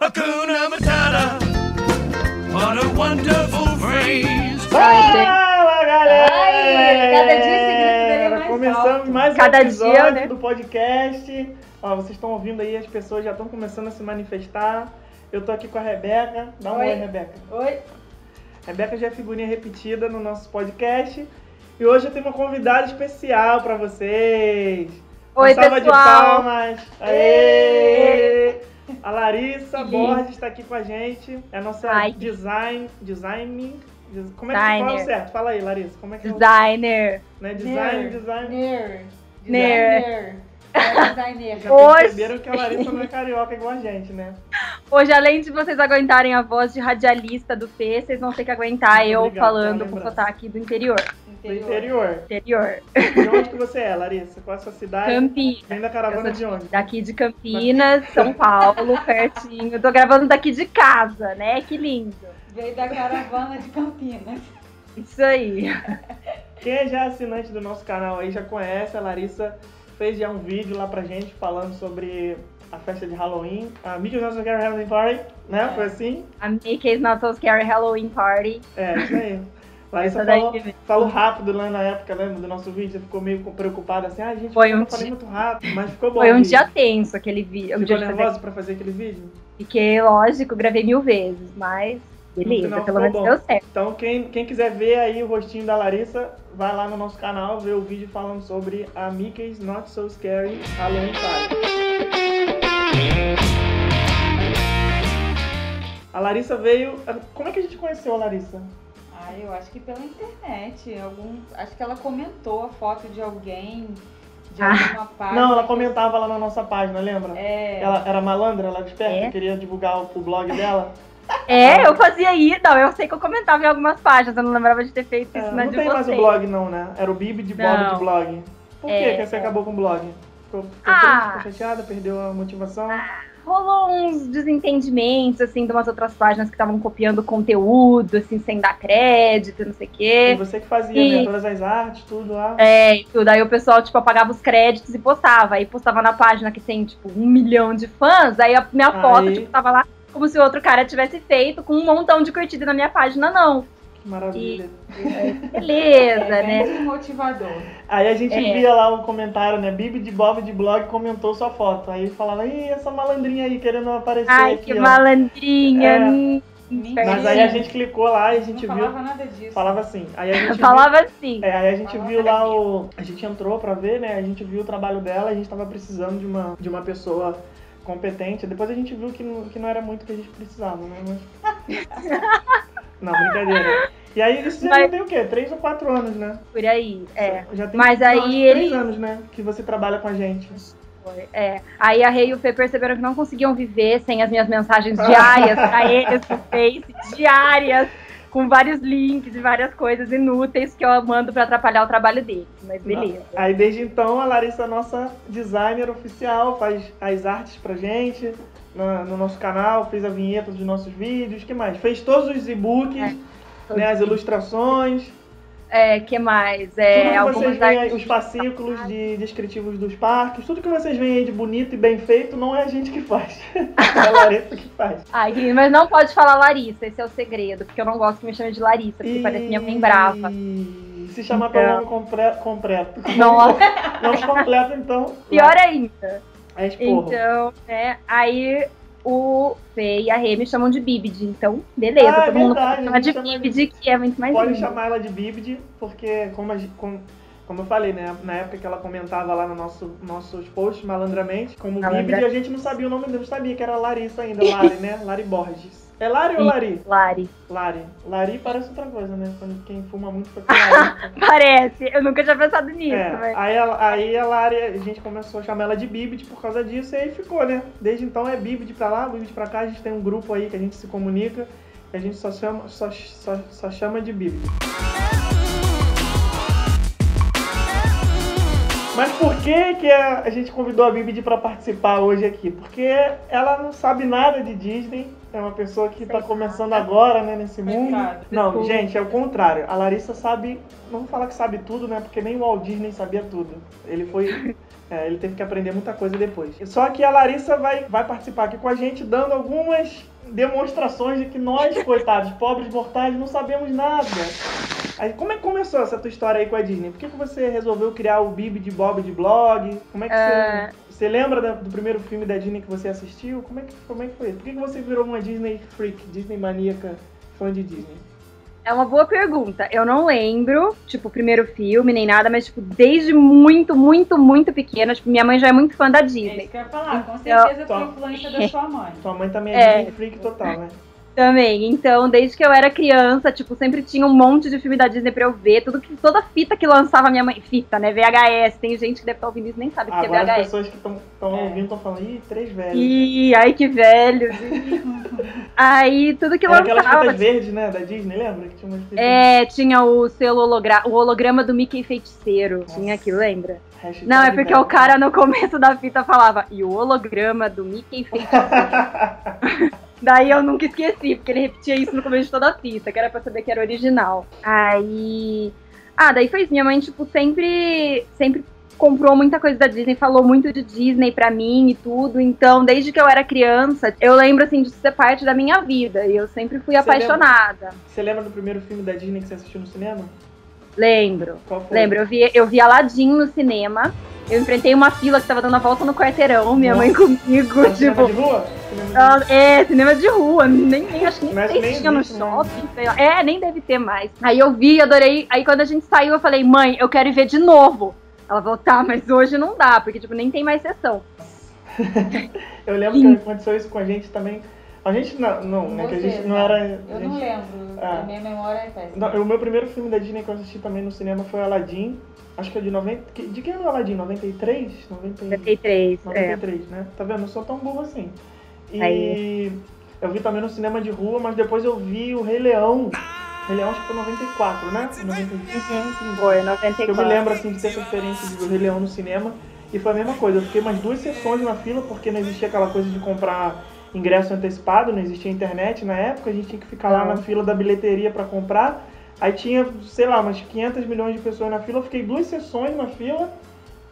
Hakuna Matata. What a wonderful phrase. Fala, galera! Ai, cada dia esse grito dele é mais Começamos alto. mais um Cada episódio dia, né? do podcast. Ó, vocês estão ouvindo aí, as pessoas já estão começando a se manifestar. Eu tô aqui com a Rebeca. Dá um Oi. oi, Rebeca. Oi? Rebeca já é figurinha repetida no nosso podcast. E hoje eu tenho uma convidada especial pra vocês. Oi, uma salva de pessoal. palmas. Aê! A Larissa Borges está aqui com a gente. É a nossa Ai. design, design, des- como é que se fala Designer. certo? Fala aí, Larissa. Como é que é o- Designer. né? Design, Nerd. design. Ner. Ner. Designer. É Já designer. Hoje- perceberam que a Larissa não é carioca igual a gente, né? Hoje, além de vocês aguentarem a voz de radialista do P, vocês vão ter que aguentar Muito eu obrigado falando pela com o lembrança. sotaque do interior. Do interior. Interior. De onde que você é, Larissa? Qual é a sua cidade? Campinas. Vem da Eu caravana sou de onde? Daqui de Campinas, São Paulo, pertinho. Tô gravando daqui de casa, né? Que lindo. Veio da caravana de Campinas. Isso aí. Quem já é assinante do nosso canal aí já conhece, a Larissa fez já um vídeo lá pra gente falando sobre a festa de Halloween, a Mickey Mouse Scary Halloween Party, né? É. Foi assim? A Mickey's Not So Scary Halloween Party. É, isso aí. Essa Larissa daí falou, que vem. falou rápido lá na época, lembra do nosso vídeo? Você ficou meio preocupada assim, ah, gente, Foi eu um falei dia- muito rápido, mas ficou bom. Foi o um vídeo. dia tenso aquele vídeo. Um Ficou dia de fazer- nervosa pra fazer aquele vídeo? Fiquei, lógico, gravei mil vezes, mas final beleza, pelo ficou menos bom. deu certo. Então, quem, quem quiser ver aí o rostinho da Larissa, vai lá no nosso canal ver o vídeo falando sobre a Mickey's Not So Scary Halloween Party. A Larissa veio. Como é que a gente conheceu a Larissa? Ah, eu acho que pela internet. Algum... Acho que ela comentou a foto de alguém, de Ah. alguma página. Não, ela comentava lá na nossa página, lembra? É. Ela era malandra, ela era esperta, É. queria divulgar o, o blog dela. Ah. É, eu fazia isso. Não, eu sei que eu comentava em algumas páginas, eu não lembrava de ter feito É, isso na não de tem mais o vocês. blog, não, né? Era o Bibi de Bob Não. de blog. Por É, que que você é. acabou com o blog? Ficou, ficou Ah. É. triste, ficou chateada, perdeu a motivação? Rolou uns desentendimentos, assim, de umas outras páginas que estavam copiando conteúdo, assim, sem dar crédito, não sei o E quê. você que fazia, E- né? Todas as artes, tudo lá. É, e tudo. Aí o pessoal, tipo, apagava os créditos e postava. Aí postava na página que tem, tipo, um milhão de fãs. Aí a minha Aí. foto, tipo, tava lá como se o outro cara tivesse feito, com um montão de curtida na minha página, não. Que maravilha. Beleza, é bem né? desmotivador. Aí a gente É. via lá o comentário, né? Bibi de Bob de blog comentou sua foto. Aí falava, ih, essa malandrinha aí querendo aparecer Ai, é aqui, que ó." malandrinha. É. hum, Mentira. Mas aí a gente clicou lá e a gente não viu. falava nada disso. Falava assim. Aí a gente Falava assim. viu, é, aí a gente Falava viu lá o. A gente entrou pra ver, né? A gente viu o trabalho dela, a gente tava precisando de uma, de uma pessoa competente. Depois a gente viu que não, que não era muito o que a gente precisava, né? Mas... não, brincadeira. E aí isso já Mas- tem o quê? Três ou quatro anos, né? Por aí, é. Já tem Mas aí não, acho que três ele- anos, né? Que você trabalha com a gente. Foi, É. Aí a Rei e o Fê perceberam que não conseguiam viver sem as minhas mensagens diárias pra eles no Face, diárias, com vários links e várias coisas inúteis que eu mando pra atrapalhar o trabalho deles. Mas beleza. Aí desde então a Larissa é nossa designer oficial, faz as artes pra gente na- no nosso canal, fez a vinheta dos nossos vídeos, que mais? Fez todos os e-books, né, as ilustrações, É, que mais? tudo É, que algumas vocês veem aí, os artes- fascículos de descritivos dos parques, tudo que vocês veem aí de bonito e bem feito não é a gente que faz, é a Larissa que faz. Ai, que- mas não pode falar Larissa, esse é o segredo, porque eu não gosto que me chamem de Larissa, porque parece minha mãe brava. Então. E Se chamar pelo nome compre- completo. Nossa, Nome completo, então. pior ainda. É esporro. Então, né, aí o Fê e a Rê me chamam de Bibid, então beleza, Ah, é todo mundo verdade, pode a chamar gente de chama de- Bibid, que é muito mais Pode lindo. chamar ela de Bibid, porque como, a gen- com- como eu falei, né? Na época que ela comentava lá nos nosso, nossos posts, malandramente, como Malandra- Bibid, a gente não sabia o nome dele, não sabia que era Larissa ainda, Lari, né? Lari Borges. É Lari ou Sim. Lari? Lari. Lari. Lari parece outra coisa, né? Quando quem fuma muito fica com Lari. Parece, eu nunca tinha pensado nisso, É, mas aí, a, aí a Lari, a gente começou a chamar ela de Bibid por causa disso, e aí ficou, né? Desde então é Bibid pra lá, Bibid pra cá, a gente tem um grupo aí que a gente se comunica, que a gente só chama, só, só, só chama de Bibid. Mas por que, que a, a gente convidou a Bibid pra participar hoje aqui? Porque ela não sabe nada de Disney, É uma pessoa que Sei tá lá. começando agora, né, nesse mundo. Coitado. Não, Desculpa. gente, é o contrário. A Larissa sabe, não vou falar que sabe tudo, né? Porque nem o Walt Disney sabia tudo. Ele foi. é, ele teve que aprender muita coisa depois. Só que a Larissa vai, vai participar aqui com a gente, dando algumas demonstrações de que nós, coitados, pobres mortais, não sabemos nada. Aí, como é que começou essa tua história aí com a Disney? Por que, que você resolveu criar o Bibi de Bob de blog? Como é que É. você. Você lembra da- do primeiro filme da Disney que você assistiu? Como é que, como é que foi? Por que, que você virou uma Disney freak, Disney maníaca, fã de Disney? É uma boa pergunta. Eu não lembro, tipo, o primeiro filme nem nada, mas, tipo, desde muito, muito, muito pequena, tipo, minha mãe já é muito fã da É Disney. isso que eu ia falar. Com Então- certeza foi Então- influência da sua mãe. Sua mãe também é, É. Disney freak total, né? Também. Então, desde que eu era criança, tipo, sempre tinha um monte de filme da Disney pra eu ver. Tudo que, toda fita que lançava minha mãe. Fita, né? VHS. Tem gente que deve estar ouvindo isso e nem sabe o que é Agora as VHS. pessoas que estão É. ouvindo estão falando, ih, três velhos. Ih, ai que velho. aí tudo que Era aquelas lançava. fitas verdes, né, da Disney, lembra? Que tinha umas fitas É, tinha o selo hologra o holograma do Mickey Feiticeiro. Tinha aqui, lembra? hashtag Não, é porque velho. o cara no começo da fita falava, e o holograma do Mickey Feiticeiro. Daí eu nunca esqueci, porque ele repetia isso no começo de toda a fita, que era pra saber que era original. Aí. Ah, daí foi isso. Minha mãe, tipo, sempre. Sempre comprou muita coisa da Disney, falou muito de Disney pra mim e tudo. Então, desde que eu era criança, eu lembro, assim, disso ser parte da minha vida. E eu sempre fui Você apaixonada. Você lembra do primeiro filme da Disney que você assistiu no cinema? Lembro. Qual foi? Lembro, eu vi, eu vi Aladdin no cinema. Eu enfrentei uma fila que tava dando a volta no quarteirão, minha mãe comigo, Era cinema tipo. de rua? Cinema de rua? ah, É, cinema de rua, nem, nem acho que nem, Mas sei nem se tinha no existe né? mais. shopping. sei lá. É, nem deve ter mais. Aí eu vi, adorei. Aí quando a gente saiu, eu falei, mãe, eu quero ir ver de novo. Ela falou, tá, mas hoje não dá, porque tipo, nem tem mais sessão. Eu lembro que aconteceu isso com a gente também. A gente não, não né? Que a Você, gente não né? era. a Eu gente- não lembro. Ah. A minha memória é péssima. Não, o meu primeiro filme da Disney que eu assisti também no cinema foi Aladdin. Acho que é de 90. que- De que ano é o Aladdin? 93? 90... 93, é. 93, né? Tá vendo? Não sou tão burro assim. E Aí. eu vi também no cinema de rua, mas depois eu vi o Rei Leão. Rei Leão acho que foi 94, né? 95. Foi, Eu me 94. lembro assim de ter essa experiência de ver o Rei Leão no cinema. E foi a mesma coisa. Eu fiquei umas duas sessões na fila porque não existia aquela coisa de comprar ingresso antecipado, não existia internet na época. A gente tinha que ficar lá Não. na fila da bilheteria pra comprar. Aí tinha, sei lá, umas 500 milhões de pessoas na fila. Eu fiquei duas sessões na fila,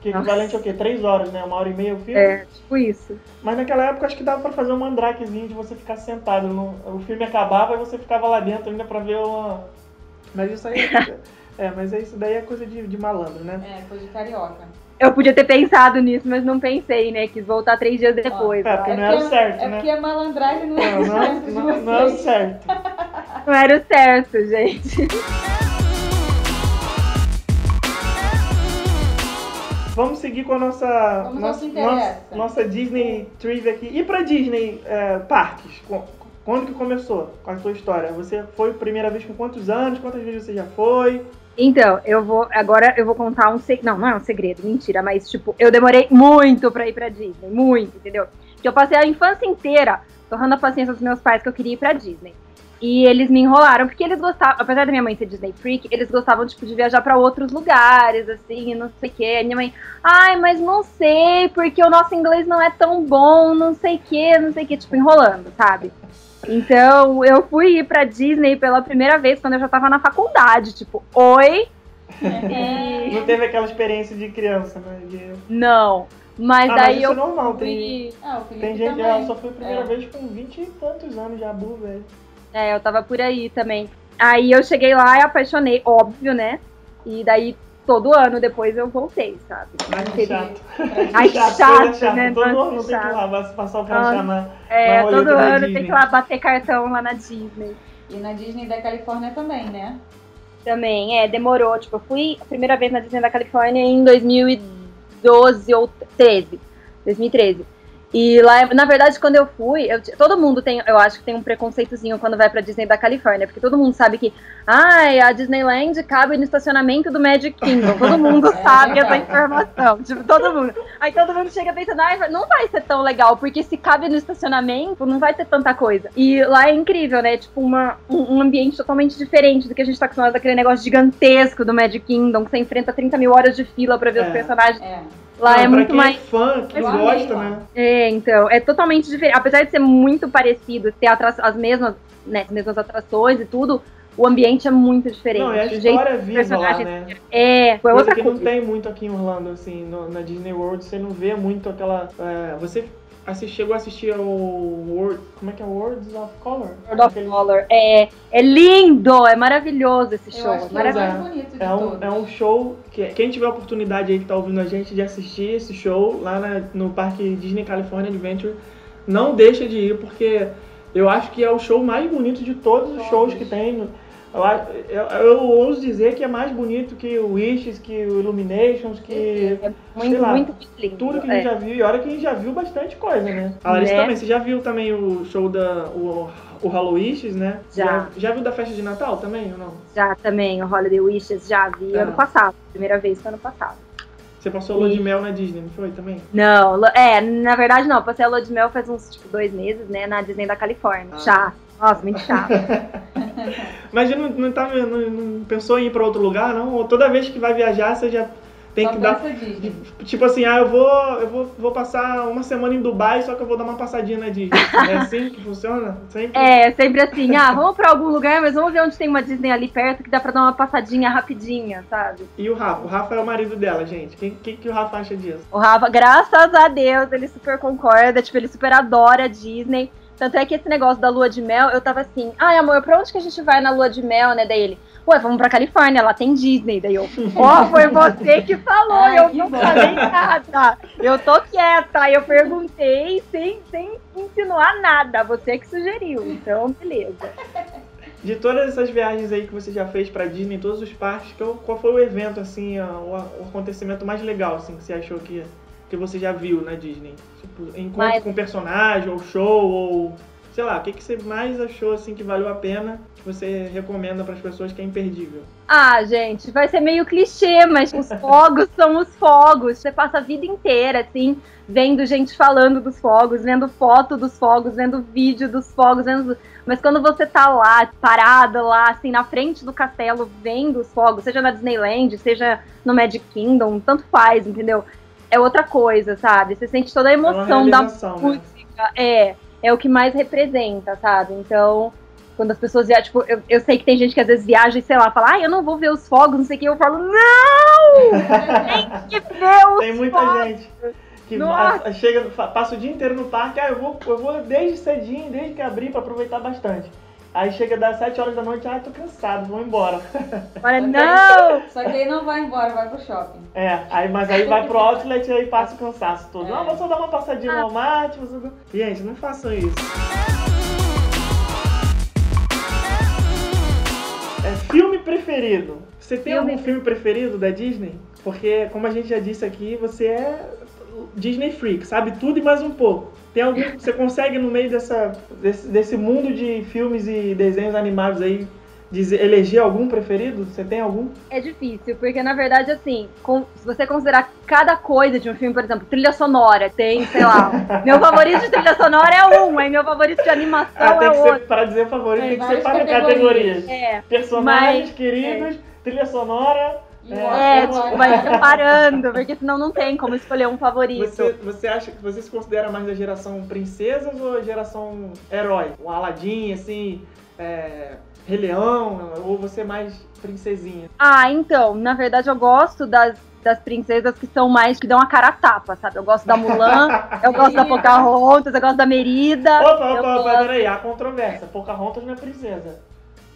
que é Nossa. equivalente a o quê? Três horas, né? Uma hora e meia o filme. É, tipo isso. Mas naquela época acho que dava pra fazer um mandrakezinho de você ficar sentado. no- o filme acabava e você ficava lá dentro ainda pra ver uma. Mas isso aí. é, mas é isso daí é coisa de, de malandro, né? É, foi de carioca. Eu podia ter pensado nisso, mas não pensei, né? Quis voltar três dias depois. É, ó. porque não É era o porque- certo, É né? porque a malandragem não Não, é não, mais é- de não, não é o vocês. certo. Não era o certo, gente. Vamos seguir com a nossa. Vamos ao nossa, que interessa. nossa, nossa Disney Trivia aqui. E pra Disney é, Parques? Com- Quando que começou com a sua história? Você foi a primeira vez com quantos anos? Quantas vezes você já foi? Então, eu vou. Agora eu vou contar um segredo. Não, não é um segredo, mentira, mas tipo, eu demorei muito pra ir pra Disney. Muito, entendeu? Porque eu passei a infância inteira torrando a paciência dos meus pais que eu queria ir pra Disney. E eles me enrolaram, porque eles gostavam, apesar da minha mãe ser Disney Freak, eles gostavam, tipo, de viajar pra outros lugares, assim, e não sei o quê. A minha mãe, ai, mas não sei, porque o nosso inglês não é tão bom, não sei o quê, não sei o quê, tipo, enrolando, sabe? Então, eu fui ir pra Disney pela primeira vez quando eu já tava na faculdade, tipo, oi, e- Não teve aquela experiência de criança, né? De- Não. Mas ah, mas daí isso é eu normal, tem. fui. Ah, o Felipe Tem gente, também. eu só fui a primeira É. vez com 20 e tantos anos de abu, velho. É, eu tava por aí também. Aí eu cheguei lá e apaixonei, óbvio, né? E daí todo ano depois eu voltei, sabe? Ai, que Teve- chato. Ai, coisa chato, né? Todo Nossa, ano tem que ir lá, vai se passar o Nossa. crachá na... É, Não, olhei todo pela ano Disney. tem que ir lá bater cartão lá na Disney. E na Disney da Califórnia também, né? Também, é, demorou. Tipo, eu fui a primeira vez na Disney da Califórnia em 2012 ou 13. 2013. E lá, na verdade, quando eu fui, eu ti- todo mundo tem, eu acho que tem um preconceitozinho quando vai pra Disney da Califórnia, porque todo mundo sabe que, ai, a Disneyland cabe no estacionamento do Magic Kingdom. Todo mundo É sabe essa verdade. informação. Tipo, todo mundo. Aí todo mundo chega pensando, ai, vai- não vai ser tão legal, porque se cabe no estacionamento, não vai ter tanta coisa. E lá é incrível, né? Tipo, uma, um, um ambiente totalmente diferente do que a gente tá acostumado, daquele negócio gigantesco do Magic Kingdom, que você enfrenta 30 mil horas de fila pra ver É. os personagens. É. Lá Não, é pra muito quem mais. é fã, que Eu amei gosta, lá. né? É, então, é totalmente diferente. Apesar de ser muito parecido, ter atra- as mesmas, né, as mesmas atrações e tudo, o ambiente é muito diferente. Não, e a o jeito história viva lá, personagens- né? é, foi Coisa outra que coisa. não tem muito aqui em Orlando, assim, no- na Disney World, você não vê muito aquela. é, você assi- chegou a assistir ao World. Como é que é? Words of Color? World of Aquele- Color. É, é lindo, é maravilhoso esse Eu show. acho que é o maravilhoso. maravilhoso. mais bonito de É um, todos. é um show que quem tiver a oportunidade aí que tá ouvindo a gente de assistir esse show lá na- no Parque Disney California Adventure, não deixa de ir porque eu acho que é o show mais bonito de todos os Todos. shows que tem. Lá, eu, eu ouso dizer que é mais bonito que o Wishes, que o Illuminations, que É sei muito, lá, muito, muito lindo. tudo que a é. gente já viu. E olha que a gente já viu bastante coisa, né? A Larissa Né? também, você já viu também o show da o, o Halloween, né? Já. já. Já viu da festa de Natal também ou não? É, Já também, o Holiday Wishes, já vi Ah. ano passado. Primeira vez foi ano passado. Você passou lua de Sim. mel na Disney, não foi também? Não, lo- é, na verdade não. Passei a lua de mel faz uns, tipo, dois meses, né, na Disney da Califórnia. Ah. Chato. Nossa, muito chato. Mas não, não, tá, não, não pensou em ir pra outro lugar, não? Ou toda vez que vai viajar, você já tem Só que dar. pensa Disney. Tipo assim, ah, eu vou, eu vou, vou passar uma semana em Dubai, só que eu vou dar uma passadinha na Disney. é assim que funciona? Sempre? É, sempre assim, ah, vamos pra algum lugar, mas vamos ver onde tem uma Disney ali perto que dá pra dar uma passadinha rapidinha, sabe? E o Rafa? O Rafa é o marido dela, gente. O que, que, que o Rafa acha disso? O Rafa, graças a Deus, ele super concorda, tipo, ele super adora a Disney. Tanto é que esse negócio da lua de mel, eu tava assim, ai amor, pra onde que a gente vai na lua de mel, né? Daí ele, ué, vamos pra Califórnia, lá tem Disney. Daí eu, ó, foi você que falou, Ai, eu que não bom. falei nada. Eu tô quieta, eu perguntei sem, sem insinuar nada, você que sugeriu, então beleza. De todas essas viagens aí que você já fez pra Disney, em todos os parques, qual, qual foi o evento, assim, a- o, a- o acontecimento mais legal, assim, que você achou que, que você já viu na Disney? Tipo, encontro Mas- com personagem, ou show, ou sei lá, o que, que você mais achou, assim, que valeu a pena, que você recomenda pras pessoas que é imperdível? Ah, gente, vai ser meio clichê, mas os fogos são os fogos. Você passa a vida inteira, assim, vendo gente falando dos fogos, vendo foto dos fogos, vendo vídeo dos fogos, vendo. Mas quando você tá lá, parado lá, assim, na frente do castelo, vendo os fogos, seja na Disneyland, seja no Magic Kingdom, tanto faz, entendeu? É outra coisa, sabe? Você sente toda a É uma emoção da realização, né? música é, é o que mais representa, sabe? Então, quando as pessoas viajam, tipo, eu, eu sei que tem gente que às vezes viaja e, sei lá, fala, ah, eu não vou ver os fogos, não sei o que, eu falo, não! Tem que ver os Tem muita fogos! gente que Nossa! a- chega, fa- passa o dia inteiro no parque, ah, eu vou, eu vou desde cedinho, desde que abrir pra aproveitar bastante. Aí chega das 7 horas da noite, ah, tô cansado, vou embora. Fala, não! Só que aí não vai embora, vai pro shopping. É, aí, mas aí vai pro outlet e aí passa o cansaço todo. É. Ah, vou só dar uma passadinha no Walmart. Vou só dar... Gente, não façam isso. É, filme preferido. Você tem Filme algum filme preferido da Disney? Porque, como a gente já disse aqui, você é Disney freak, sabe tudo e mais um pouco. Tem algum que você consegue, no meio dessa, desse, desse mundo de filmes e desenhos animados aí, dizer, eleger algum preferido? Você tem algum? É difícil, porque na verdade, assim, com- se você considerar cada coisa de um filme, por exemplo, trilha sonora, tem, sei lá, meu favorito de trilha sonora é um, aí meu favorito de Ah, animação tem é que outro. ser, para dizer favorito, tem Tem que ser várias para categorias. categorias. É, Personagens queridos, trilha sonora. E É, o Oscar é, agora- tipo, vai separando, porque senão não tem como escolher um favorito. Você, você acha que você se considera mais da geração princesas ou geração herói? O Aladdin, assim, é, Rei Leão, ou você é mais princesinha? Ah, então, na verdade eu gosto das, das princesas que são mais, que dão a cara a tapa, sabe? Eu gosto da Mulan, eu gosto da Pocahontas, eu gosto da Merida. Opa, eu opa, opa, gosto- peraí, há controvérsia. Pocahontas não é princesa.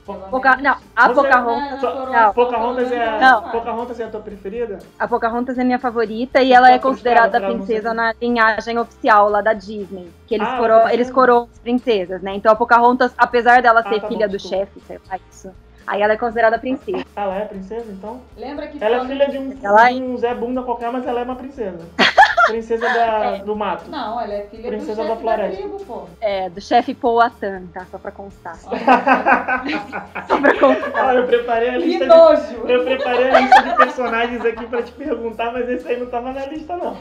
Pelo Poca... menos. Não, a Você- Pocahontas. Ah, Não, é- só- foram- não. Pocahontas é, a- Não. Pocahontas é a tua preferida? A Pocahontas é minha favorita e ela é Então, considerada pra- pra você. princesa na linhagem oficial lá da Disney. Que eles Ah, coroam, tá eles vendo? coroam as princesas, né? Então a Pocahontas, apesar dela Ah, ser tá filha bom, do desculpa. chefe, sei lá isso. Aí ela é considerada princesa. Ela é princesa, então? Lembra que Ela é quando- filha de um, Ela é- de um Zé Bunda qualquer, mas ela é uma princesa. Princesa da- do mato. Não, ela é filha Princesa da do chefe Floresta. tribo, pô. É, do chefe Powhatan, tá? Só pra constar. Olha, Só pra constar. Olha, eu preparei a que lista de nojo. Eu preparei tá a lista de personagens aqui pra te perguntar, mas esse aí não tava na lista, não.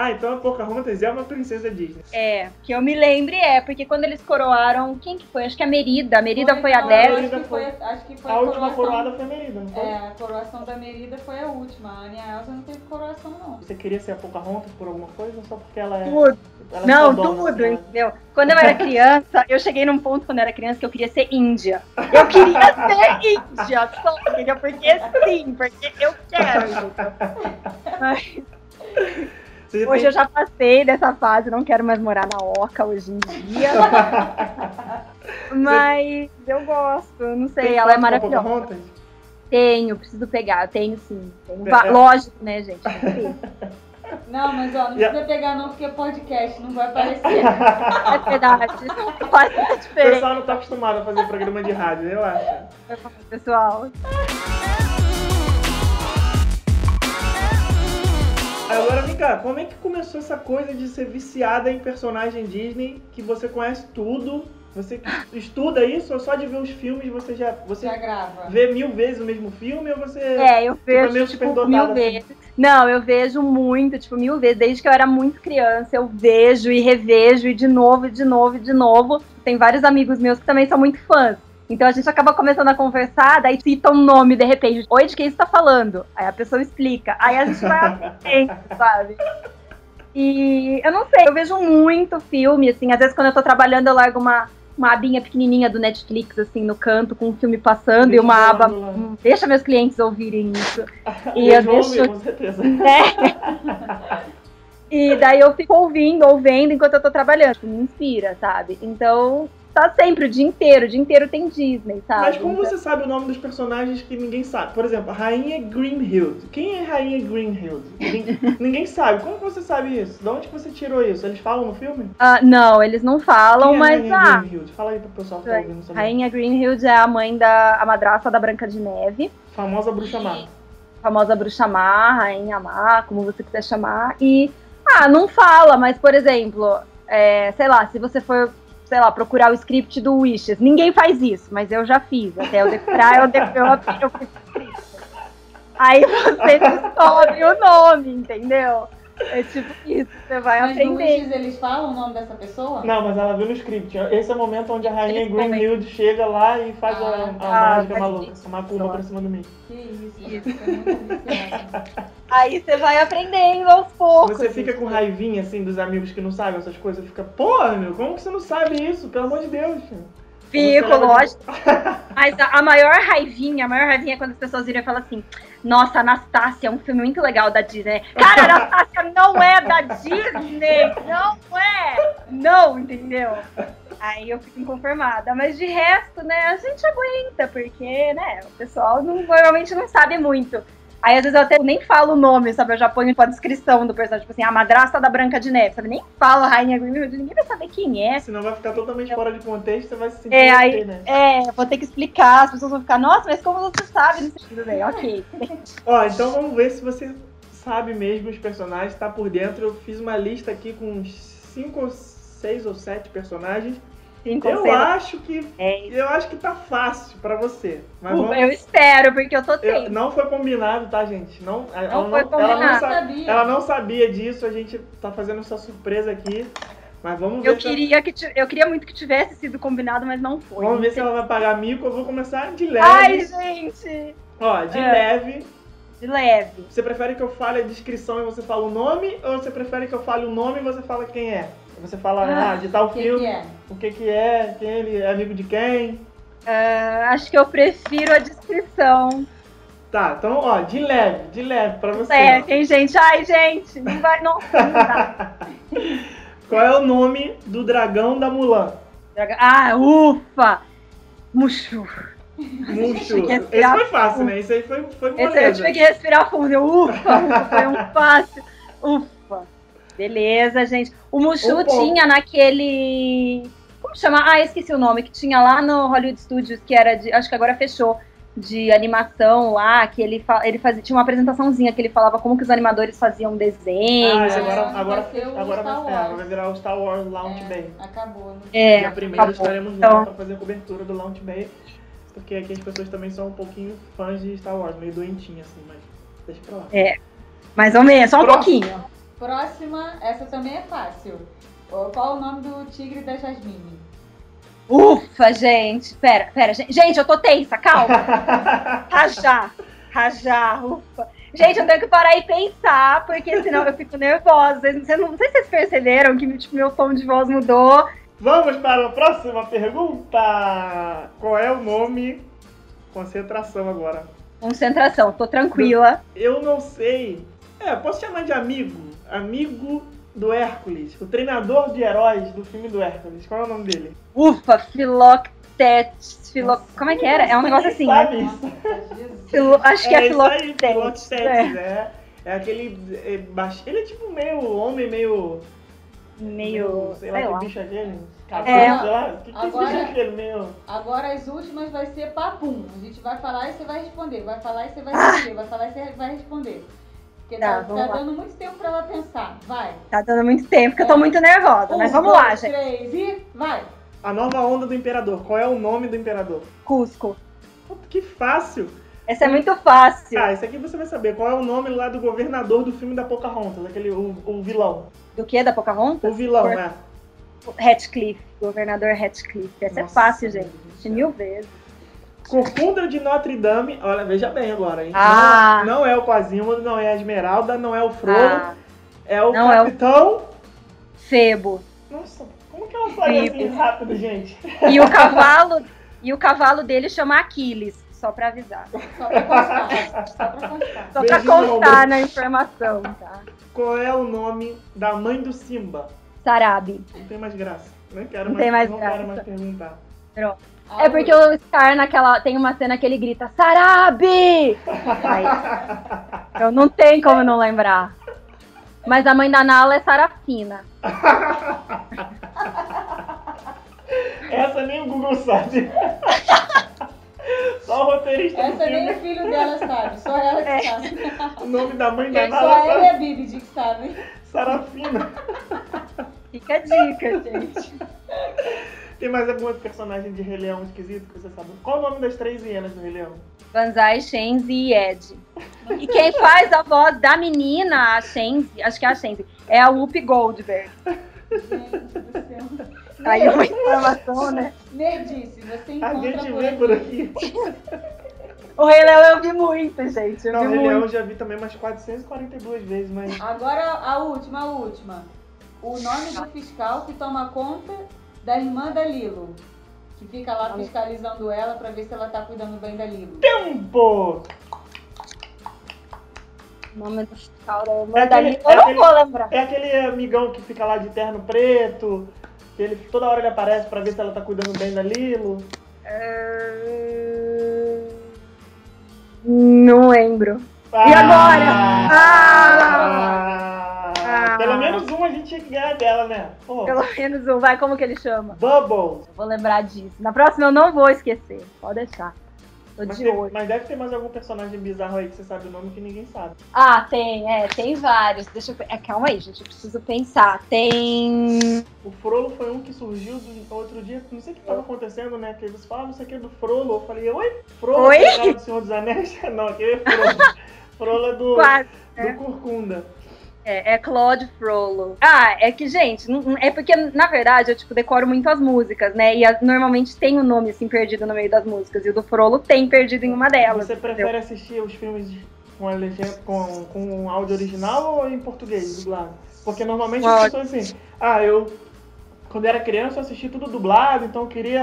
Ah, então a Pocahontas é uma princesa Disney. É, que eu me lembre é, porque quando eles coroaram, quem que foi? Acho que a Merida. A Merida foi, a não, dela. Acho Merida que foi, acho que foi A última coroação- coroada foi a Merida, não foi? É, a coroação da Merida foi a última. A Anya Elsa não teve coroação, não. Você queria ser a Pocahontas por alguma coisa ou só porque ela é. Tudo. Ela Não, é fodona, tudo, assim, entendeu? Quando eu era criança, eu cheguei num ponto quando eu era criança que eu queria ser índia. Eu queria ser índia, só entendeu? porque sim, porque eu quero. né? Você Hoje tem- eu já passei dessa fase, não quero mais morar na Oca hoje em dia. Mas eu gosto, não sei, tem ela é foto com a maravilhosa. Pocahontas? Tenho, preciso pegar, tenho sim. Tenho É. va- Lógico, né, gente? Sim. Não, mas ó, não E a- precisa pegar não, porque é podcast, não vai aparecer. É verdade. Não faz muita O diferença, pessoal não tá acostumado a fazer programa de rádio, eu acho. pessoal. Agora, vem cá, como é que começou essa coisa de ser viciada em personagem Disney, que você conhece tudo, você estuda isso, ou só de ver os filmes você já você Já grava. vê mil vezes o mesmo filme, ou você... É, eu é meio vejo tipo, superdotada, mil assim. vezes. Não, eu vejo muito, tipo, mil vezes. Desde que eu era muito criança, eu vejo e revejo, e de novo, e de novo, e de novo. Tem vários amigos meus que também são muito fãs. Então a gente acaba começando a conversar, daí cita um nome de repente. Oi, de quem você tá falando? Aí a pessoa explica. Aí a gente vai aprendendo, sabe? E eu não sei, eu vejo muito filme, assim. Às vezes quando eu tô trabalhando, eu largo uma, uma abinha pequenininha do Netflix, assim, no canto, com um filme passando e Deixa uma aba rolando lá. Hum, deixa meus clientes ouvirem isso. E Eles eu vão deixo. ouvir, com certeza. né? E daí eu fico ouvindo, ouvendo enquanto eu tô trabalhando. Tipo, Me inspira, sabe? Então, tá sempre o dia inteiro. O dia inteiro tem Disney, sabe? Mas como Então, você sabe o nome dos personagens que ninguém sabe? Por exemplo, a Rainha Greenhild. Quem é Rainha Greenhild? Ninguém, ninguém sabe. Como que você sabe isso? De onde que você tirou isso? Eles falam no filme? ah, não, eles não falam, Quem é mas Rainha ah, Greenhild? Fala aí pro pessoal que tá ouvindo. a Sobre Rainha Greenhild é a mãe da a madraça da Branca de Neve. Famosa bruxa má. a famosa bruxa má, rainha má, como você quiser chamar. E, ah, não fala, mas, por exemplo, é, sei lá, se você for, sei lá, procurar o script do Wishes, ninguém faz isso, mas eu já fiz. Até eu decorar, eu, de, eu, eu fiz o script. Aí você descobre o nome, entendeu? É tipo isso, você vai Mas no aprender. Wishes eles falam o nome dessa pessoa? Não, mas ela viu no script. Esse é o momento onde a Rainha Eles comem. Greenhild chega lá e faz a, a Ah, mágica mas maluca. isso- A macumba pra cima do mim. Que isso, isso. é muito viciado. Aí você vai aprendendo aos poucos. Você fica com raivinha, assim, dos amigos que não sabem essas coisas. Fica, porra, meu, como que você não sabe isso? Pelo amor de Deus. cara." Fico, Você leva de- lógico. Mas a, a maior raivinha, a maior raivinha é quando as pessoas viram e falam assim: Nossa, Anastácia é um filme muito legal da Disney. Cara, Anastácia não é da Disney! Não é! Não, entendeu? Aí eu fico inconformada. Mas de resto, né, a gente aguenta, porque, né, o pessoal não- normalmente não sabe muito. Aí às vezes eu até nem falo o nome, sabe? Eu já ponho a descrição do personagem, tipo assim, a madrasta da Branca de Neve, sabe? Nem falo Rainha Greenwood, ninguém vai saber quem é. Senão vai ficar totalmente fora de contexto, você vai se sentir É, OT, aí- né? É, eu vou ter que explicar, as pessoas vão ficar, nossa, mas como você sabe? Não sei, tudo bem, ok. Ó, então vamos ver se você sabe mesmo os personagens, tá por dentro. Eu fiz uma lista aqui com uns 5 ou 6 ou 7 personagens. Cinco É Eu eu, acho que eu acho que tá fácil pra você. Mas vamos- eu espero, porque Uh, eu tô eu- tendo. não foi combinado, tá, gente? Não, ela Não foi Ela não, combinado. sa- sabia. ela não sabia disso, a gente tá fazendo essa surpresa aqui. Mas vamos ver Eu se queria, que ti- eu queria muito que tivesse sido combinado, mas não foi. Vamos ver se ela vai pagar mico. Eu vou começar de leve. Ai, gente! Ó, de É. leve. De leve. Você prefere que eu fale a descrição e você fala o nome? Ou você prefere que eu fale o nome e você fala quem é? Você fala Ah, ah, de tal O que, filme, que é? o que que é, quem ele é amigo de quem. Ah, acho que eu prefiro a descrição. Tá, então, ó, de leve, de leve, pra você. É, tem gente. Ai, gente, não vai. Nossa, não dá. Qual é o nome do dragão da Mulan? Droga. Ah, ufa! Muxu. Mushu. Esse é Esse foi fácil, né? Esse aí foi, foi Esse aí eu moleza. tive que respirar fundo. Eu, ufa, ufa, foi um fácil. Ufa. Beleza, gente. O Mushu Um ponto. tinha naquele. Como chama? Ah, esqueci o nome, que tinha lá no Hollywood Studios, que era de. Acho que agora fechou. De animação lá, que ele, fa- ele fazia. Tinha uma apresentaçãozinha que ele falava como que os animadores faziam um desenho. Ah, esse agora, Vai agora, ser o agora vai, Star é, Wars. agora vai virar o Star Wars Launch Bay. Acabou, né? é, Dia primeiro acabou. estaremos lá Então- pra fazer a cobertura do Launch Bay. Porque aqui as pessoas também são um pouquinho fãs de Star Wars, meio doentinha, assim, mas deixa pra lá. mais ou menos, só um Próximo. pouquinho. Próxima, essa também é fácil. Ô, Qual o nome do tigre da Jasmine? Ufa, gente. Pera, pera. Gente, Gente, eu tô tensa, calma. É. Rajar. Rajar, ufa. Gente, eu tenho que parar e pensar, porque senão eu fico nervosa. Vocês- Vocês não, não sei se vocês perceberam que tipo, meu tom de voz mudou. Vamos para a próxima pergunta. Qual é o nome? Concentração agora. Concentração, tô tranquila. Eu não sei. É, posso chamar de amigo. Amigo do Hércules. O treinador de heróis do filme do Hércules. Qual é o nome dele? Ufa, filoctetes. Filo... Como é que era? É um negócio assim, né? Sabe? Nossa, Jesus. Filo- Acho que é, isso aí, filoctetes. É. Filoctetes, é. É aquele. é baixo- Ele é tipo meio homem, meio. Meio, sei que lá. bicho é aquele. É. Sei lá. Que, que Agora- bicho é aquele meio? Agora as últimas vai ser papum. A gente vai falar e você vai responder. Vai falar e você vai responder. Vai falar e você vai responder. Porque Tá, tá, vamos tá lá. dando muito tempo pra ela pensar. Vai. Tá dando muito tempo, porque eu tô muito nervosa. Mas Um, vamos dois, lá, gente. Três e vai. A nova onda do imperador. Qual é o nome do imperador? Cusco. Puta, que fácil. Essa é muito fácil. Ah, isso aqui você vai saber. Qual é o nome lá do governador do filme da Pocahontas? Aquele, o, o vilão. Do que? Da O Pocahontas? vilão, Por- né? Ratcliffe. Governador Ratcliffe. Essa é Nossa, fácil, meu gente. Deus. Mil vezes. Corcunda de Notre Dame. Olha, veja bem agora, hein? Ah. Não, não é o Quasimodo, não é a Esmeralda, não é o Frodo. Ah, É o Não, é o- capitão. Febo. Nossa, como que ela sai assim Febo. rápido, gente? E o cavalo. e o cavalo dele chama Aquiles. Só pra avisar. Só pra constar. Só pra constar. Só pra Beijinho, constar Alberto. na informação, tá? Qual é o nome da mãe do Simba? Sarabi. Não tem mais graça. Não quero Não mais, tem mais não graça. quero mais perguntar. A É porque o Scar naquela. Tem uma cena que ele grita, Sarabi! Aí, eu não tem como não lembrar. Mas a mãe da Nala é Sarafina. Essa nem o Google sabe. Só o roteirista do Essa filme. nem o filho dela sabe, só ela que sabe. O nome da mãe da Só ela e Nala, a Bibi que sabem. Sarafina. Fica a dica, gente. Tem mais algum outro personagem de Rei Leão esquisito que você sabe? Qual o nome das três hienas do Rei Leão? Banzai, Shenzi e Ed. E quem faz a voz da menina, a Shenzi, acho que é a Shenzi, é a Whoopi Goldberg. Gente do céu. Tá Aí uma informação, né? Nerdice, você A encontra gente por vê aqui. por aqui. O Rei Leão eu vi muito, gente. Eu Não, vi Rei Leão muito. eu já vi também umas 442 vezes, mas. Agora a última, a última. O nome do fiscal que toma conta da irmã da Lilo. Que fica lá fiscalizando ela pra ver se ela tá cuidando bem da Lilo. Tempo! O nome do fiscal da É irmã da aquele- Lilo. Eu é não vou lembrar. É aquele amigão que fica lá de terno preto, que ele toda hora ele aparece pra ver se ela tá cuidando bem da Lilo. Não lembro. Ah! agora? Ah! Ah! Pelo menos uma a gente tinha que ganhar dela, né? Pô, Pelo menos um, vai, como que ele chama? Bubbles! Eu Vou lembrar disso. Na próxima eu não vou esquecer. Pode deixar. Tô Mas, de tem- olho. mas deve ter mais algum personagem bizarro aí que você sabe o nome que ninguém sabe. Ah, tem, é, tem vários. Deixa eu. pe- É, calma aí, gente. Eu preciso pensar. Tem. O Frolo foi um que surgiu do- outro dia, não sei o que tava acontecendo, né? Que eles falam, isso aqui é do Frolo. Eu falei, oi? Frolo Oi? que era do Senhor dos Anéis? Não, aquele é Frolo. Frolo é do, Quase. do Corcunda. É, é Claude Frollo. Ah, é que, gente, não- não- é porque, na verdade, eu, tipo, decoro muito as músicas, né? E as- normalmente tem o nome, assim, perdido no meio das músicas. E o do Frollo tem perdido em uma delas. Você prefere assistir os filmes de- com a legenda, com, com o áudio original ou em português, dublado? Porque normalmente Com as áudio. pessoas assim, ah, eu quando era criança eu assisti tudo dublado, então eu queria.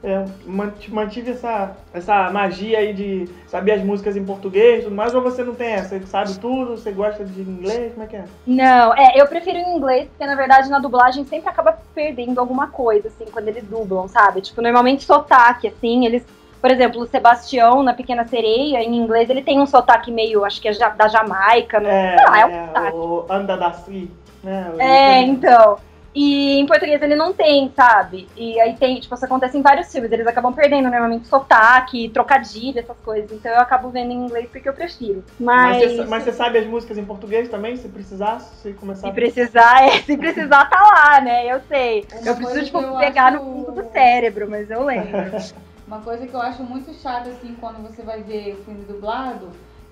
é, mant- mantive essa, essa magia aí de saber as músicas em português e tudo mais, ou você não tem essa? Você sabe tudo, você gosta de inglês, como é que é? Não, é, eu prefiro em inglês, porque na verdade na dublagem sempre acaba perdendo alguma coisa, assim, quando eles dublam, sabe? Tipo, normalmente sotaque, assim, eles. Por exemplo, o Sebastião na Pequena Sereia, em inglês, ele tem um sotaque meio, acho que é ja- da Jamaica, não É, sei lá, é um é o Anda da Si, né? É, então. E em português ele não tem, sabe? E aí tem, tipo, isso acontece em vários filmes, eles acabam perdendo normalmente sotaque, trocadilho, essas coisas. Então eu acabo vendo em inglês porque eu prefiro. Mas, Mas, você, mas você sabe as músicas em português também, se precisar, se começar se precisar, é, se precisar tá lá, né? Eu sei. Uma Eu coisa preciso, tipo, que eu pegar acho- no fundo do cérebro, mas eu lembro. Uma coisa que eu acho muito chata, assim, quando você vai ver o filme dublado,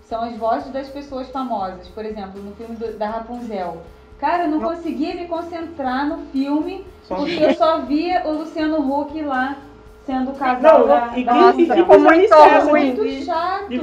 São as vozes das pessoas famosas. Por exemplo, no filme do- da Rapunzel. Cara, eu não conseguia me concentrar no filme Só- porque eu só via o Luciano Huck lá sendo o casal Não, da, e da Nossa, que, e que ficou coisa muito é essa? ruim. muito chato. de-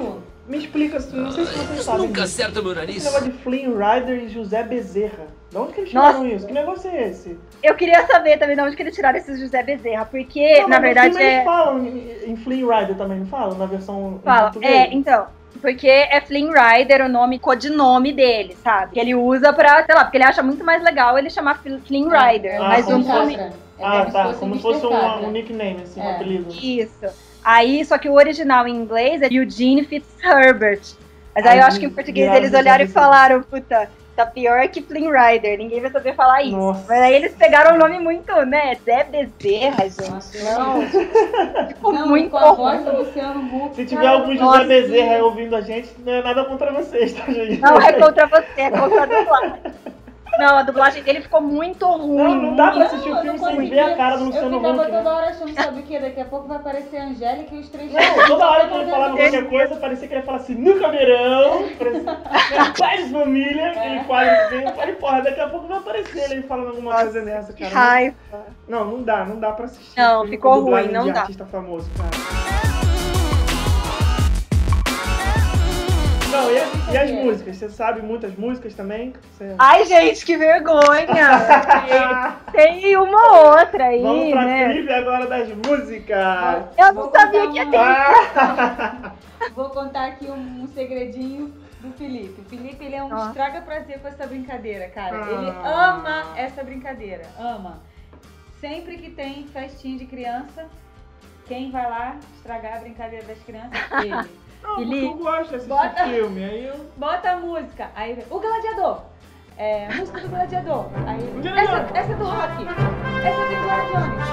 Me explica, assim, não sei se vocês sabem. Nunca acerta meu Esse nariz. negócio de Flynn Rider e José Bezerra. De onde que eles Nossa. tiraram isso? Que negócio é esse? Eu queria saber também de onde que eles tiraram esses José Bezerra, porque, Não, mas na no verdade, filme é. Eles falam em, em Flynn Rider também, não falam? Na versão em Fala, português? é, então. Porque é Flynn Rider o nome, codinome dele, sabe? Que ele usa pra, sei lá, porque ele acha muito mais legal ele chamar Fl- Flynn Rider. É Ah, mas um o como nome. Chakra. É Ah, tá. um Como se Mr. fosse um, Chakra. um nickname, assim, um É. apelido. Isso. Aí, só que o original em inglês é Eugene Fitzherbert. Mas Ai, aí eu acho que em português graças eles a olharam e Deus. falaram, puta, tá pior que Flynn Rider, ninguém vai saber falar isso. Nossa. Mas aí eles pegaram o nome muito, né? Zé Bezerra, gente. Nossa, não. Ficou Não, e muito com a horror. voz do Luciano Huck. Se tiver cara, algum José nossa. Bezerra aí ouvindo a gente, não é nada contra vocês, tá, gente? Não é contra você, é contra a dublagem. Não, a dublagem dele ficou muito ruim. Não, não dá pra muito assistir eu o não filme sem conseguia. ver a cara do Luciano Eu ficava Huck. né? toda hora achando, sabe o que? Daqui a pouco vai aparecer a Angélica e os três. Não, toda hora que ele um falava Ele- qualquer coisa, parecia que ele ia falar assim, nunca verão, paz família, É. ele quase vem, eu falei, porra, daqui a pouco vai aparecer ele falando alguma coisa nessa, Que cara. raiva. Não, não dá, não dá pra assistir. Não, filme ficou com dublagem ruim, não de dá. artista famoso, cara. Não, e, a- e as músicas? Você sabe muitas músicas também? Você- Ai, gente, que vergonha. Tem uma outra aí, Vamos pra né? trivia agora das músicas. Ah! Eu Vou não sabia contar que ia uma- ter. Vou contar aqui um, um segredinho do Felipe. O Felipe ele é um Ah. estraga prazer com essa brincadeira, cara. Ah. Ele ama essa brincadeira, ama. Sempre que tem festinha de criança, quem vai lá estragar a brincadeira das crianças? Ele. Não, porque Felipe. eu gosto de assistir Bota- filme, aí eu... Bota a música. Aí ele, o gladiador. É, a música do gladiador. Aí ele, essa, Gladiador. essa é do rock. Essa é do Indiana Jones.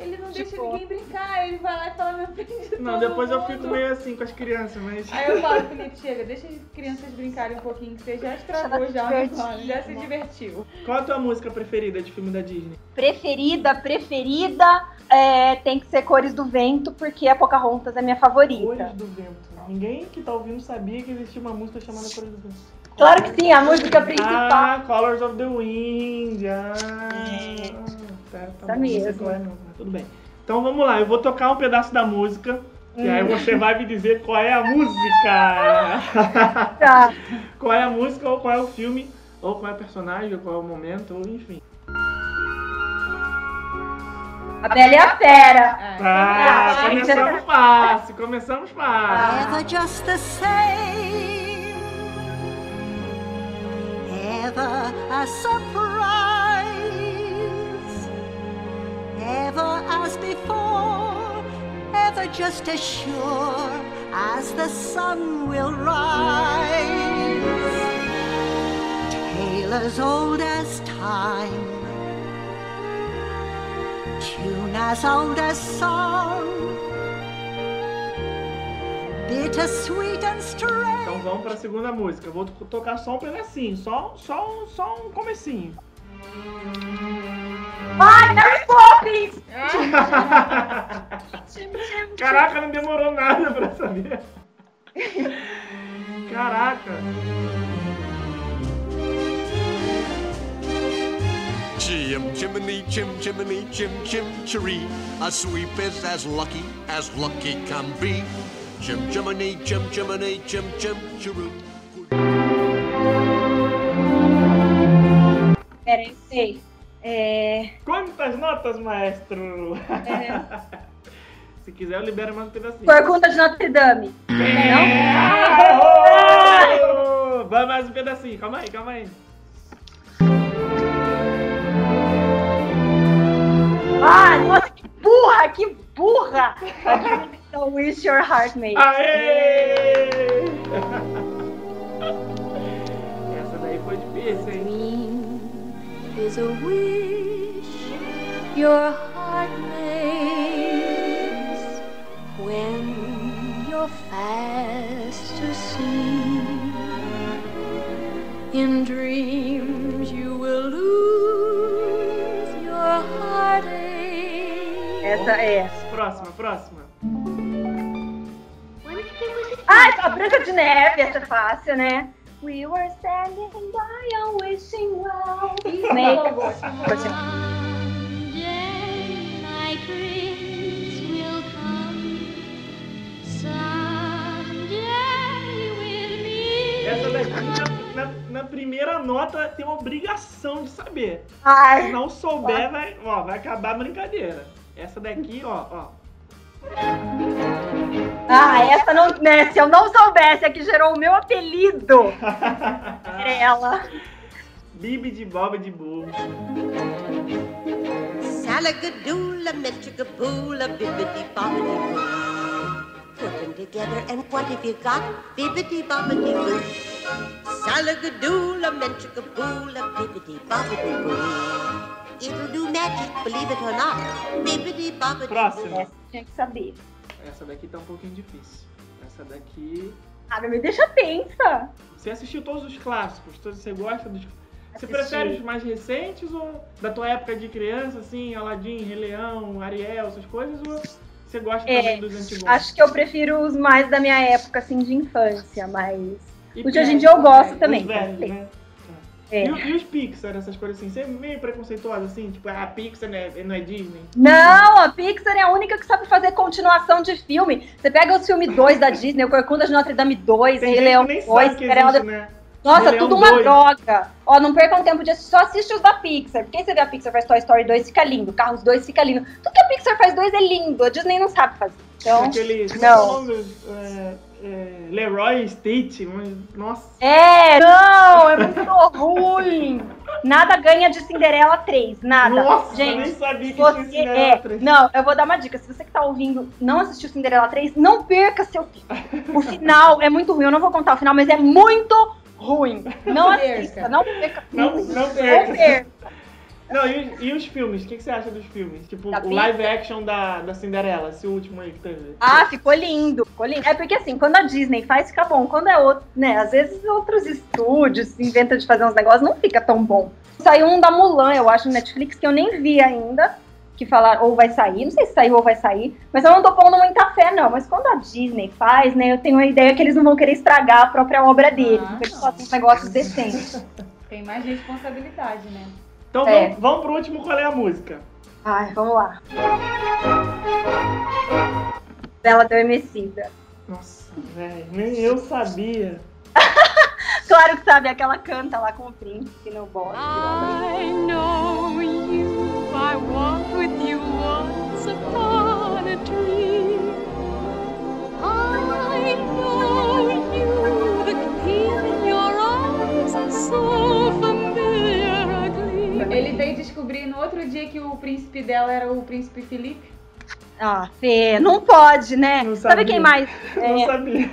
E Ele não deixa Tipo- ninguém brincar, ele vai lá e fala na frente de Não, todo depois eu mundo. fico meio assim com as crianças, mas. Aí eu falo, Felipe, chega, deixa as crianças brincarem um pouquinho, que você já estragou, se já, divertir, já se né? divertiu. Qual a tua música preferida de filme da Disney? Preferida, preferida, é, tem que ser Cores do Vento, porque a Pocahontas é minha favorita. Cores do Vento. Ninguém que tá ouvindo sabia que existia uma música chamada Cores do Vento. Claro que sim, a música principal. Ah, Colors of the Wind. Ah, tá, tá É. Tá bom, mesmo. não sei qual é não, mas tudo bem. Então vamos lá, eu vou tocar um pedaço da música. E Hum. aí você vai me dizer qual é a música. Tá. qual é a música, ou qual é o filme, ou qual é o personagem, ou qual é o momento, ou enfim. A Bela e a Fera. Ah, Ah, começamos fácil, começamos fácil. Ever just the same. Ever a surprise. Ever as before. Ever just as sure as the sun will rise. Tale as old as time. Tune as old as song. Bittersweet and strange. Então vamos pra segunda música. Eu Vou to- tocar só um pedacinho, só, só, um- só um comecinho. Ai, Mary Poppins! Caraca, não demorou nada pra saber. Caraca. Chim chimney, chim chimney, chim chim chiree. A sweep is as lucky as lucky can be. Chim chimney, chim chimney, chim chim chiroo. Pera, eu sei. É, Quantas notas, maestro? é, Se quiser, eu libero mais um pedacinho. Corcunda de Notre Dame. Ah, É. errou! Vai mais um pedacinho, calma aí, calma aí. Ah, nossa, que burra, que burra! Então, wish your heart made. Ah. Aê! Essa daí foi difícil, hein? dream is a wish your heart makes when you're fast asleep. In dreams, you will lose your heartache. Essa é. Próxima, próxima. Wonder if it was a Ah, a Branca de Neve, essa é fácil, né? We were standing by a wishing well. Né? Acabou. Someday my prince will come. Someday with me. Essa daqui, na, na- na primeira nota, tem obrigação de saber. Ai, Se não souber, vai, ó, vai acabar a brincadeira. Essa daqui, ó, ó. Ah, essa não. Né, se eu não soubesse, é que gerou o meu apelido. Era ela. Bibi de boba de burro. Salagadoola, metricaboola, bibbidi bobbidi boo. Put them together and what have you got? Bibbidi bobbidi boo. Salagadoola, metricaboola, bibbidi bobbidi boo. It'll do magic, believe it or not. Bibbidi bobbidi boo. Próxima. Essa tinha que saber. Essa daqui tá um pouquinho difícil. Essa daqui. Cara, me deixa tensa. Você assistiu todos os clássicos? Todos- Você gosta dos. Você Assisti. prefere os mais recentes ou da tua época de criança, assim, Aladdin, Rei Leão, Ariel, essas coisas? Ou você gosta É, também dos antigos? Acho que eu prefiro os mais da minha época, assim, de infância, mas. E Os de hoje em Pixar, dia eu gosto os também. velhos, né? É. E, o- e os Pixar, essas coisas assim? Você é meio preconceituosa, assim? Tipo, ah, Pixar não é, não é Disney? Não, a Pixar é a única que sabe fazer continuação de filme. Você pega os filmes 2 da Disney, o Corcunda de Notre Dame 2, Tem Rei gente Leão que nem 2, sabe que é um Esmeralda existe, né? Nossa, Rei tudo Leão uma dois. droga. Ó, não percam tempo de assistir, só assiste os da Pixar. Porque aí você vê a Pixar faz Toy Story 2, fica lindo. Carros 2 fica lindo. Tudo que a Pixar faz 2 é lindo. A Disney não sabe fazer. Então, Aquele. Não. como é o nome? É, é, Leroy Stitch. mas- Nossa. é, não, é muito ruim. Nada ganha de Cinderela 3, nada. Nossa, eu nem Gente, sabia que tinha você Cinderela é. 3. Não, eu vou dar uma dica. Se você que tá ouvindo não assistiu Cinderela 3, não perca seu tempo. O final é muito ruim. Eu não vou contar o final, mas é muito ruim. Não Perca. assista, não perca. Não- não perca. Não perca. Não, e, os- e os filmes? O que, que você acha dos filmes? Tipo, Da o live action da, da Cinderela, esse último aí que teve. Ah, ficou lindo, ficou lindo. É porque assim, quando a Disney faz, fica bom. Quando é outro, né? Às vezes outros estúdios inventam de fazer uns negócios, não fica tão bom. Saiu um da Mulan, eu acho, no Netflix, que eu nem vi ainda. Que falaram, ou vai sair, não sei se saiu ou vai sair, mas eu não tô pondo muita fé, não. Mas quando a Disney faz, né, eu tenho a ideia que eles não vão querer estragar a própria obra deles, Ah, porque eles não. fazem um uns negócios decentes. Tem mais responsabilidade, né? Então é. vamos, vamos pro último qual é a música. Ai, vamos lá. Bela Adormecida. Nossa, velho, nem eu sabia. Claro que sabe, aquela canta lá com o príncipe no bosque. I know you. I walked with you once upon a dream. I know you. The appeal in your eyes is so familiar a gleam. Ele veio descobrir no outro dia que o príncipe dela era o príncipe Felipe. Ah, Fê, não pode, né? Não sabe sabia. quem mais? Não é, sabia.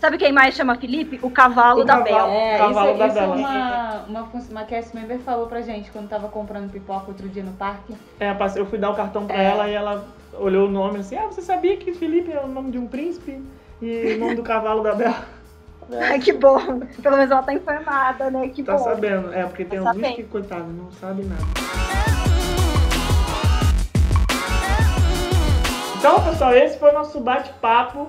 sabe quem mais chama Felipe? O cavalo O da cavalo. Bela. É, Cavalo isso, da isso Bela. uma, uma, fun- uma cast member falou pra gente quando tava comprando pipoca outro dia no parque. É, eu passei- eu fui dar o cartão É. pra ela e ela olhou o nome assim: Ah, você sabia que Felipe é o nome de um príncipe? E o nome do cavalo da Bela? Ai, que bom. Pelo menos ela tá informada, né? Que é. Tá bom. sabendo. É, porque tem Tá alguns que, sabendo. coitado, não sabe nada. Então, pessoal, esse foi o nosso bate-papo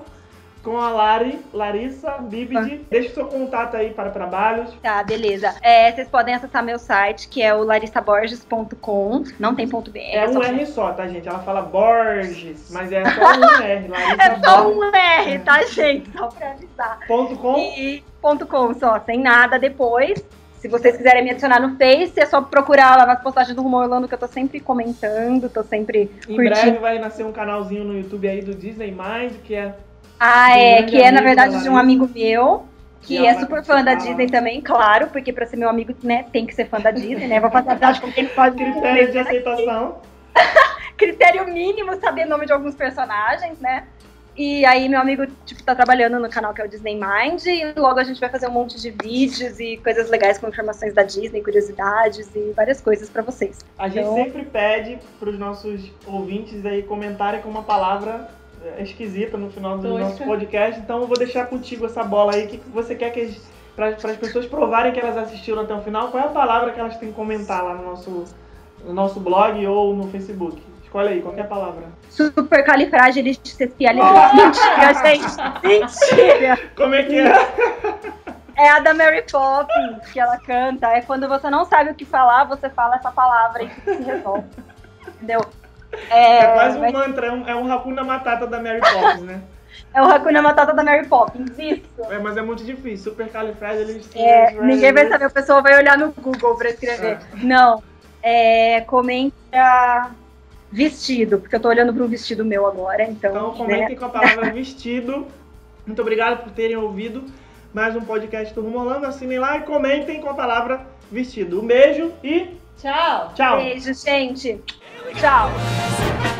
com a Lari, Larissa Bibidi. Ah. Deixa o seu contato aí para trabalhos. Tá, beleza. É, vocês podem acessar meu site, que é o larissaborges.com. Não tem ponto .br. É um só- R só, tá, gente? Ela fala Borges, mas é só um R. É só Larissa um R, tá, É. gente? Só pra avisar. ponto com. E ponto .com só, sem nada depois. Se vocês quiserem me adicionar no Face, é só procurar lá nas postagens do Rumo Orlando, que eu tô sempre comentando, tô sempre Em curtindo. breve vai nascer um canalzinho no YouTube aí do Disney Mind, que é Ah, Um é, grande que é na amigo da verdade de um Larissa. amigo meu, que Que é ela super vai fã da participar. Disney também, claro, porque pra ser meu amigo, né, tem que ser fã da Disney, né? Vou fazer amizade com quem pode critério de aceitação. Critério mínimo saber nome de alguns personagens, né? E aí meu amigo, tipo, tá trabalhando no canal que é o Disney Mind, e logo a gente vai fazer um monte de vídeos e coisas legais com informações da Disney, curiosidades e várias coisas pra vocês. A gente Então- sempre pede pros nossos ouvintes aí comentarem com uma palavra é, esquisita no final do Tosca. nosso podcast, então eu vou deixar contigo essa bola aí. O que que você quer que eles. Para as pessoas provarem que elas assistiram até o final, qual é a palavra que elas têm que comentar lá no nosso, no nosso blog ou no Facebook? Escolhe aí, qualquer palavra. Supercalifragilisticexpialidocious. Mentira, gente. Mentira. Como é que é? É a da Mary Poppins que ela canta. É quando você não sabe o que falar, você fala essa palavra e tudo se resolve. Entendeu? É, É quase um vai- mantra, é um, é um Hakuna Matata da Mary Poppins, né? é o Hakuna Matata da Mary Poppins. Isso. É, mas é muito difícil. Supercalifragilistic. É, ninguém vai né? saber, o pessoal vai olhar no Google pra escrever. Não. É, comenta vestido, porque eu tô olhando pra um vestido meu agora, então. Então né? comentem com a palavra vestido. Muito obrigado por terem ouvido mais um podcast do Rumo Orlando. Assinem lá e comentem com a palavra vestido. Um beijo e Tchau! tchau! Beijo, gente. Tchau. Supercalifragilisticexpialidocious.